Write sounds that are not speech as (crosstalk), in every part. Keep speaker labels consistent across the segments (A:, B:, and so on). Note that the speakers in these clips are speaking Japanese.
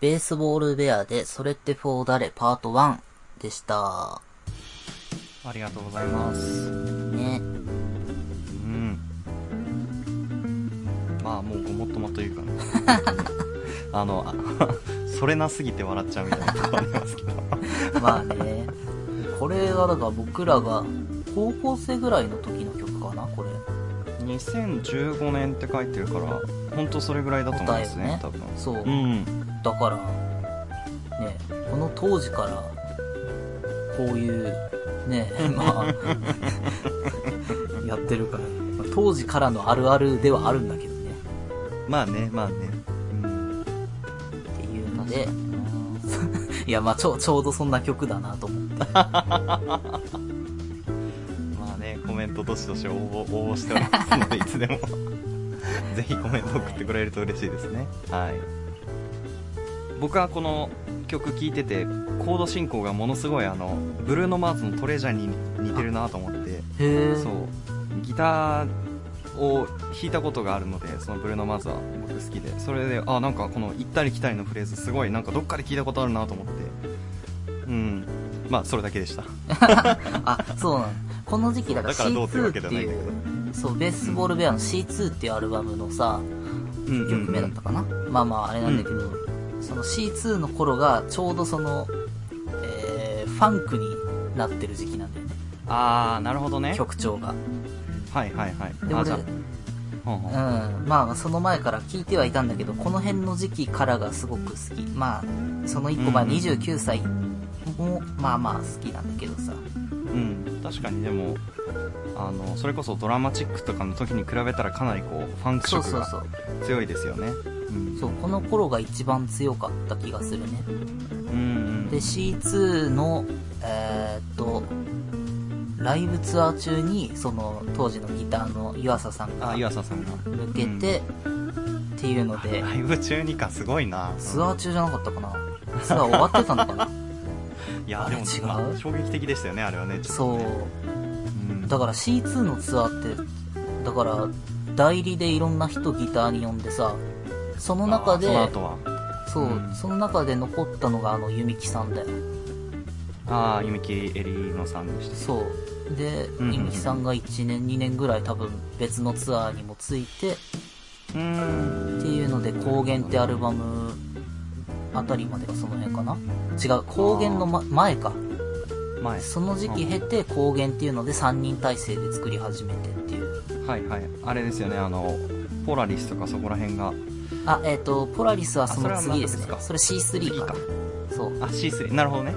A: ベースボールベアで、それってフォーダレパート1でした。
B: ありがとうございます。
A: ね。
B: うん。まあ、もうごもっともという (laughs) か、あの、 (laughs) あそれなすぎて笑っちゃうみたいなとこありますけど。
A: まあね。これはだから僕らが高校生ぐらいの時の曲かな、これ。
B: 2015年って書いてるから、ほんとそれぐらいだと思うんですね、
A: 答
B: 多分。
A: そう。
B: うん。
A: だから、ね、この当時から、こういう、ね、 (laughs) まあ、やってるから、まあ当時からのあるあるではあるんだけどね、
B: まあね、まあね。うん。
A: っていうので、 (laughs) いや、まあちょ、ちょうどそんな曲だなと思って。
B: まあね、コメントどしどし応募応募しておりますので、いつでも。 (laughs) ぜひコメント送ってくれると嬉しいですね。はい。僕はこの曲聴いてて、コード進行がものすごいあの、ブルーノマーズのトレジャーに似てるなと思って、
A: へえ。
B: そうギターを弾いたことがあるのでそのブルーノ・マーズは僕好きでそれであなんかこの行ったり来たりのフレーズすごいなんかどっかで聞いたことあるなと思ってうんまあそれだけでした
A: あ、そうなの。この時期だから
B: だからどうってい
A: C2
B: うわ
A: って
B: けではないん
A: い
B: だけど
A: う、そう、ベースボールベアの C2 っていうアルバムのさ、
B: うんうん
A: 曲目だったかな、まあまああれなんだけど、その C2 の頃がちょうどその、えー、ファンクになってる時期なんだよね
B: ああなるほどね
A: 曲調が
B: はいはいはい
A: で
B: あ
A: 俺
B: じゃあ、うんうんあ
A: うんまあその前から聴いてはいたんだけどこの辺の時期からがすごく好きまあその一個前
B: うん
A: 29歳もまあまあ好きなんだけどさ
B: うん確かにでもあのそれこそドラマチックとかの時に比べたらかなりこうファンク
A: そう
B: 色
A: そう
B: が
A: そう
B: 強いですよねうん
A: そうこの頃が一番強かった気がするね
B: うんうん
A: で C2 のえーっとライブツアー中にその当時のギターの湯浅さんが
B: あ湯浅さんが
A: 抜けて、っていうので
B: ライブ中にかすごいな
A: ツアー中じゃなかったかなツアー終わってたのかな
B: (laughs) いや
A: あれ
B: でも
A: 違う
B: まあ衝撃的でしたよねあれはねちょっと
A: そ
B: ね
A: う
B: うん
A: だから C2 のツアーってだから代理でいろんな人ギターに呼んでさその中で
B: あーその後は
A: そう、
B: うん
A: その中で残ったのがあの弓木さんだよ
B: ああ弓木えりのさんでした
A: そうで
B: うんうん
A: 弓木さんが1年2年ぐらい多分別のツアーにもついて
B: うーん
A: っていうので「高原」ってアルバムあたりまでがその辺かな違う高原の、ま、前か
B: 前
A: その時期経て高原っていうので3人体制で作り始めてっていう
B: はいはいあれですよねあのポラリスとかそこら辺が
A: あえっ、とポラリスはその
B: あそれは
A: 次ですね
B: また
A: それ C3 かそう
B: あ C3 なるほどね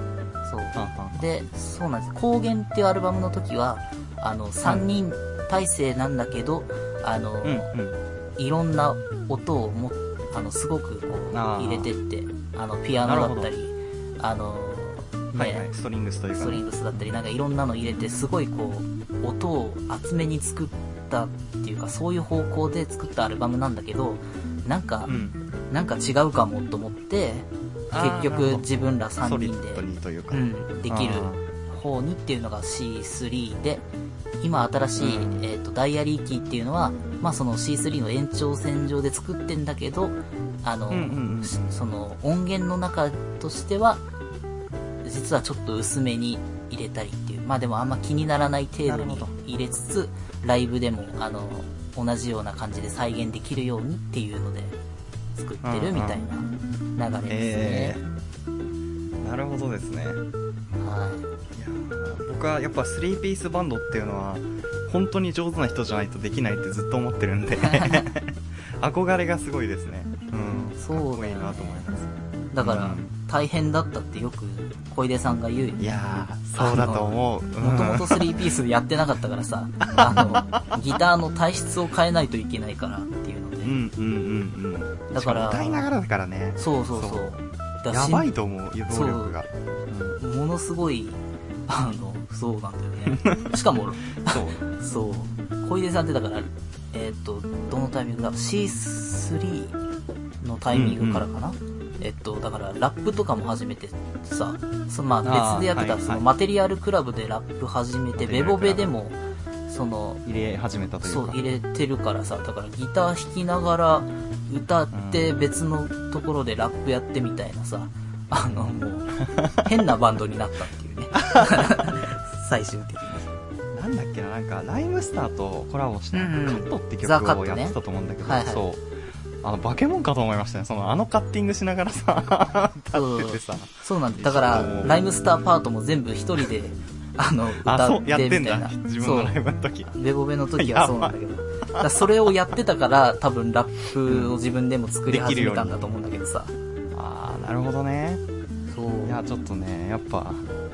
A: そう
B: はんはん
A: でそうなんです高原っていうアルバムの時はあの3人体制なんだけど、あの、
B: うんうん
A: いろんな音をもあのすごくこう
B: あー
A: 入れてってあのピアノだったりあのね、
B: はいはいストリングスという
A: ス
B: か
A: トリングスだったりなんかいろんなの入れてすごいこう音を厚めに作ったっていうかそういう方向で作ったアルバムなんだけどなんか、
B: うん
A: なんか違うかもと思って
B: あー
A: 結
B: なるほ
A: 局
B: ど
A: 自分ら3
B: ソリ
A: 人
B: ッド
A: で、
B: にというか
A: うん、できる方にっていうのが C3 で今新しい、
B: うん
A: えー、とダイアリーキーっていうのは、まあ、その C3 の延長線上で作ってんだけどあの、
B: うんうんうんうん
A: しその音源の中としては実はちょっと薄めに入れたりっていうまあでもあんま気にならない程度
B: な
A: に
B: るほ
A: 入れつつライブでもあの同じような感じで再現できるようにっていうので作ってるみたいな流れです
B: え
A: ね、
B: えーなるほどですね
A: はい
B: やー僕はやっぱスリーピースバンドっていうのは本当に上手な人じゃないとできないってずっと思ってる
A: (laughs)
B: んで憧れがすごいですねうん
A: そうだよね
B: かっこいいなと思います
A: いだか
B: う
A: ら
B: ん
A: 大変だったってよく小出さんが言うよ
B: いやーそうだと思う
A: もともと
B: うん
A: スリーピースやってなかったから
B: (laughs)
A: さ、あの、ギターの体質を変えないといけないからっていうので。
B: うんうんうんうん
A: だから
B: しも歌いながらだからね
A: そうそうそう。だ
B: や
A: し
B: ばいと思うよ能力が
A: ものすごい、あの、そうなんだよ
B: (laughs)
A: ね。しかも、
B: そう
A: そう、小出さんってだから、えっ、と、どのタイミングだ ?C3 のタイミングからかな、えっと、だから、ラップとかも始めてさ、そま
B: あー
A: あ、別でやってた、
B: はい
A: その、
B: はい
A: マテリアルクラブでラップ始めて、
B: マテリア
A: ベ
B: ルクラ
A: ボ
B: ブ
A: ベでも、その
B: 入れ始めたとい
A: そうう
B: か
A: 入れてるからさだからギター弾きながら歌って
B: うん
A: 別のところでラップやってみたいなさあのも
B: (laughs)
A: う変なバンドになったっていうね最終的に
B: なんだっけななんかライムスターとコラボした「カ
A: うんうん
B: ット」って
A: ザカッ
B: 曲
A: ト
B: を
A: ね
B: やってたと思うんだけど、
A: はいはい
B: そうあのバケモンかと思いましたねそのあのカッティングしながらさ歌っててさ
A: (laughs) そうなんだだからライムスターパートも全部一人で
B: (laughs)
A: あの
B: あ
A: 歌
B: そ
A: っ
B: うやっててん
A: みたい
B: だ
A: な
B: 自
A: そ
B: 分の
A: う
B: ライブの時
A: ベボベの時はそうなんだけど。だからそれをやってたから、多分ラップを自分でも作り始めたんだと思うんだけどさ。
B: ああなるほどね
A: そう。
B: いやちょっとねやっぱ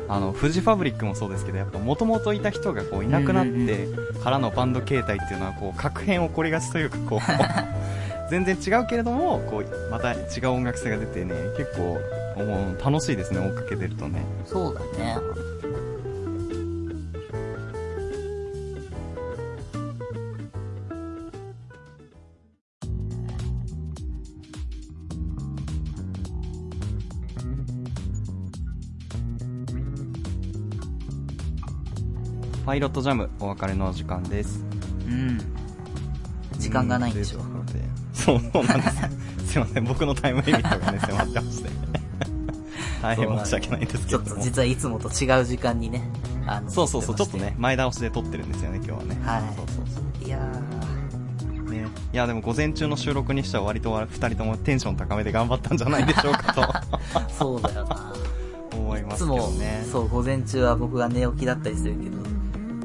B: あのフジファブリックもそうですけどやっぱもともといた人がこういなくなっ
A: うんうん
B: てからのバンド形態っていうのはこう確変起こりがちというか
A: (laughs)
B: こう全然違うけれどもこうまた違う音楽性が出てね結構もう楽しいですね追っかけてるとね
A: そうだね。
B: パイロットジャムお別れの時間です
A: うん。時間がないんでしょ
B: う。というところでそうそうなんですすいません僕のタイムリミットがね迫ってまして
A: (laughs)
B: 大変申し訳ないんですけ
A: ち
B: れ
A: ょっ
B: ど
A: と
B: も
A: 実はいつもと違う時間にね。あの
B: そうそうそう、ち
A: 撮
B: ょってと
A: まし
B: ね、前倒しで撮ってるんですよね、今日はね。
A: はい
B: そうそうそ
A: て。いや
B: う。ね。いや、でも午前中の収録にしては割と二人ともテンション高めで頑張ったんじゃないでしょうか
A: (laughs) ー、そうだよな。
B: と思い
A: い
B: ま
A: つ
B: すけど
A: も、
B: ね。
A: そう、午前中は僕が寝起きだったりするけど、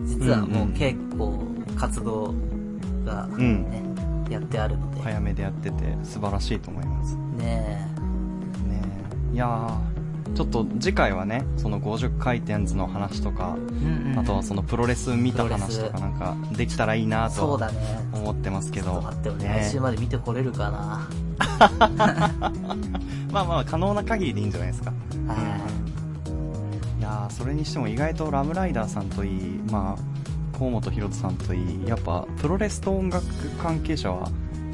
A: 実はもう結構活動が
B: ん
A: ね、やってあるので。
B: 早めでやってて素晴らしいと思います。
A: ねえ。
B: ねいやー、ちょっと次回はね、その50回転図の話とか、
A: うんうん
B: あとはそのプロレス見た
A: プロレス
B: 話とかなんかできたらいいな
A: そう
B: と
A: だね。
B: 思ってますけ
A: ちょっ
B: ど
A: と待って、。俺来
B: ね
A: 週まで見てこれるかな。
B: まあまあ可能な限りでいいんじゃないですか。
A: はい
B: やーそれにしても意外とラムライダーさんといい、まあ、河本ロ人さんといいやっぱプロレスと音楽関係者は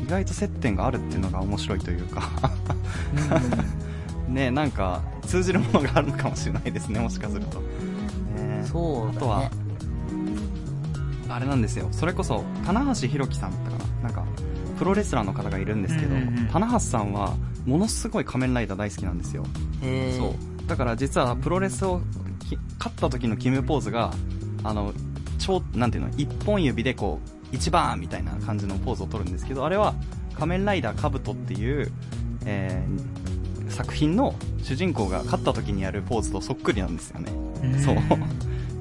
B: 意外と接点があるっていうのが面白いというか (laughs) ねなんか通じるものがあるのかもしれないですねもしかすると、ね
A: い。、そう
B: あ
A: だ
B: とは
A: ね。
B: あれなんですよそれこそ棚橋弘樹さんとかななんかプロレスラーの方がいるんですけど、
A: うんうんうん
B: 棚橋さんはものすごい仮面ライダー大好きなんですよ
A: へえ。
B: そうだから実はプロレスをき勝った時の決めポーズがあの超なんていうの一本指でこう一番みたいな感じのポーズを取るんですけどあれは「仮面ライダーカブト」っていう、えー作品の主人公が勝った時にやるポーズとそっくりなんですよね
A: うん
B: そう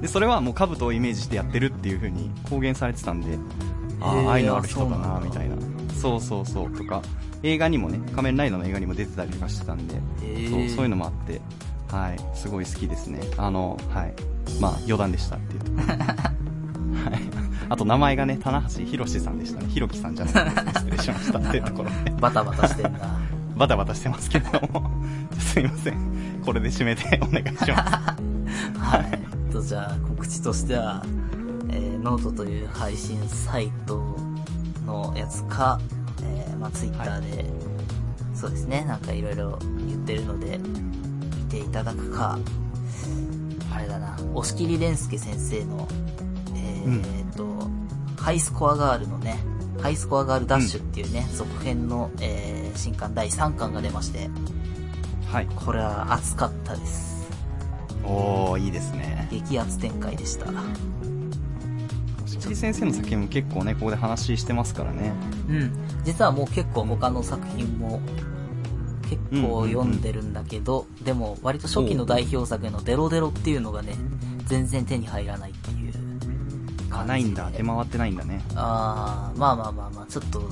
B: でそれはもうカブトをイメージしてやってるっていう風に公言されてたんであ
A: へー
B: あ愛のある人だな
A: そうなんだ
B: みたいなそうそうそうとか映画にもね仮面ライダーの映画にも出てたりとかしてたんで
A: へえ。
B: そうそういうのもあって、はい、すごい好きですね。あの、はい。まあ、余談でしたっていうと (laughs) ころ。はい。あと、名前がね、棚橋宏さんでしたね。弘樹さんじゃないですね。失礼しました。っていうところ (laughs) で、
A: バタバタしてんな。
B: バタバタしてますけども。すいません。これで締めてお願いしま
A: はい。えっと、じゃあ、告知としては、えー、ノートという配信サイトのやつか、えー、まあ、ツイッターで、そうですね、なんかいろいろ言ってるので、見ていただくか、あれだな、押切蓮介先生の、えー
B: うん
A: えーと、ハイスコアガールのね、ハイスコアガールダッシュっていうね、続編の、えー新刊第3巻が出まして、
B: す。 (laughs) はい。
A: これは熱かったです。
B: おー、いいですね。
A: 激熱展開でした。
B: しきり先生の作品も結構ね、ここで話してますからね。
A: うん、実はもう結構他の作品も結構読んでるんだけど、でも割と初期の代表作の「デロデロ」っていうのがね全然手に入らないっていう感じで
B: ないんだ。出回ってないんだね。
A: あーまあまあまあまあちょっと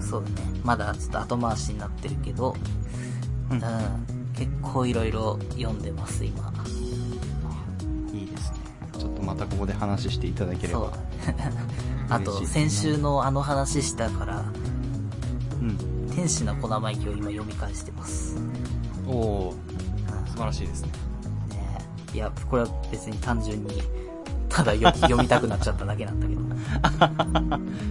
A: そうだねまだちょっと後回しになってるけど、
B: う
A: うんん、結構いろいろ読んでます今
B: いいですね。ちょっとまたここで話していただけれ
A: そう
B: (laughs) ば。
A: だねあと
B: 嬉しい
A: 先週のあの話したから
B: うん。
A: 「天使の小生意気」を今読み返してます、う
B: おー、
A: ん
B: 素晴らしいですね。
A: ねえいや、これは別に単純に、ただよ
B: (laughs)
A: 読みたくなっちゃっただけなんだけど。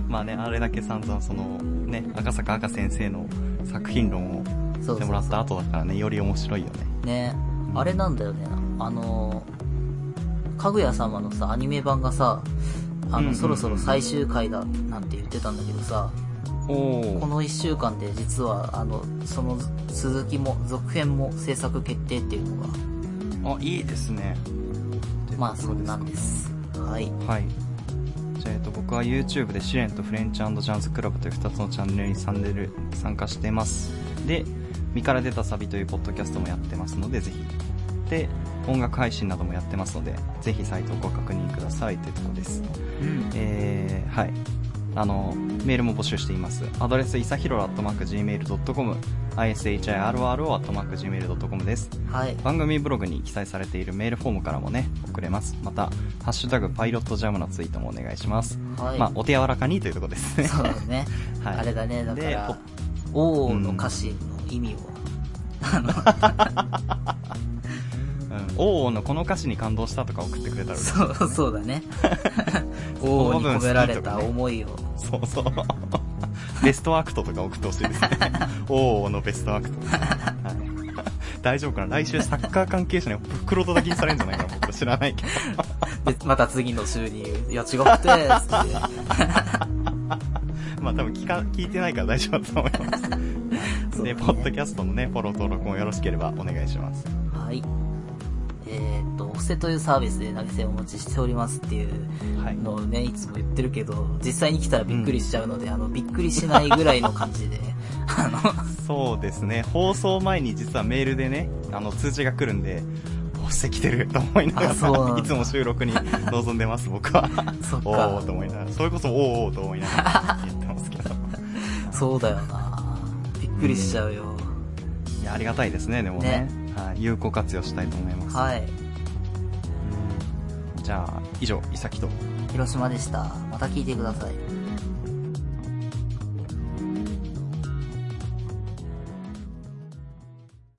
B: まあね、あれだけ散々その、ね、赤坂赤先生の作品論を
A: そう
B: して
A: そう
B: もらっ
A: そ
B: た後だからね、より面白いよね。
A: う。ねえあれなんだよね。あのー、かぐや様のさ、アニメ版がさ、あ
B: うんう
A: の、
B: ん
A: そろそろ最終回だなんて言ってたんだけどさ、
B: お
A: こ
B: お
A: の1週間で実は、あの、その続きも、続編も制作決定っていうのが、
B: あいいですね
A: まあそんなんです。はい。
B: はいじゃあ、えっと、僕は YouTube で「試練とフレンチジャズクラブ」という2つのチャンネルにサンデル参加してますで「身から出たサビ」というポッドキャストもやってますのでぜひで音楽配信などもやってますのでぜひサイトをご確認くださいというとこです
A: うん。
B: えーはい。あの、メールも募集しています。アドレス、いさひろら .gmail.com、ishiroro.gmail.com です。
A: はい。
B: 番組ブログに記載されているメールフォームからもね、送れます。また、ハッシュタグ、パイロットジャムのツイートもお願いします。
A: はい。
B: まあ、お手柔らかにというところですね。
A: (laughs) そうだね。
B: (laughs) はい
A: あれだね、だか
B: で
A: ら、王の歌詞の意味を。
B: うん、おうのこの歌詞に感動したとか送ってくれたら嬉しい
A: そう、そうだ
B: (laughs)
A: ね。王に込められた思いを。
B: そうそう。ベストアクトとか送ってほしい
A: (laughs)
B: ですね。おーのベストアクト。はい大丈夫かな来週サッカー関係者に袋叩きにされるんじゃないかな僕知らないけど。
A: で、また次の週に、いや違くて、つ
B: (laughs)
A: って。
B: まあ多分聞か、聞いてないから大丈夫だと思います。
A: そうだね
B: で、ポッドキャストのね、フォロー登録もよろしければお願いします。
A: はい。えーっと、お布施というサービスで投げ銭をお持ちしておりますっていう
B: はい。
A: のをね、いつも言ってるけど、実際に来たらびっくりしちゃうので、あの、びっくりしないぐらいの感
B: (laughs)
A: じで、あの、
B: そうですね、放送前に実はメールでね、あの、通知が来るんで、おっせ来てると思いな
A: あ
B: が
A: そうなん
B: ら、
A: だ
B: いつも収録に臨んでます、僕は。
A: (laughs) そっ
B: おーおーと
A: か、
B: 思いながら、それこそおーおーと思いながら言ってますけど。
A: そうだよなびっくりしちゃうよ。
B: いや、ありがたいですね、でもね。はい、有効活用したいと思います。
A: はい。
B: じゃあ、以上、いさきと。
A: 広島でした。また聞いてください。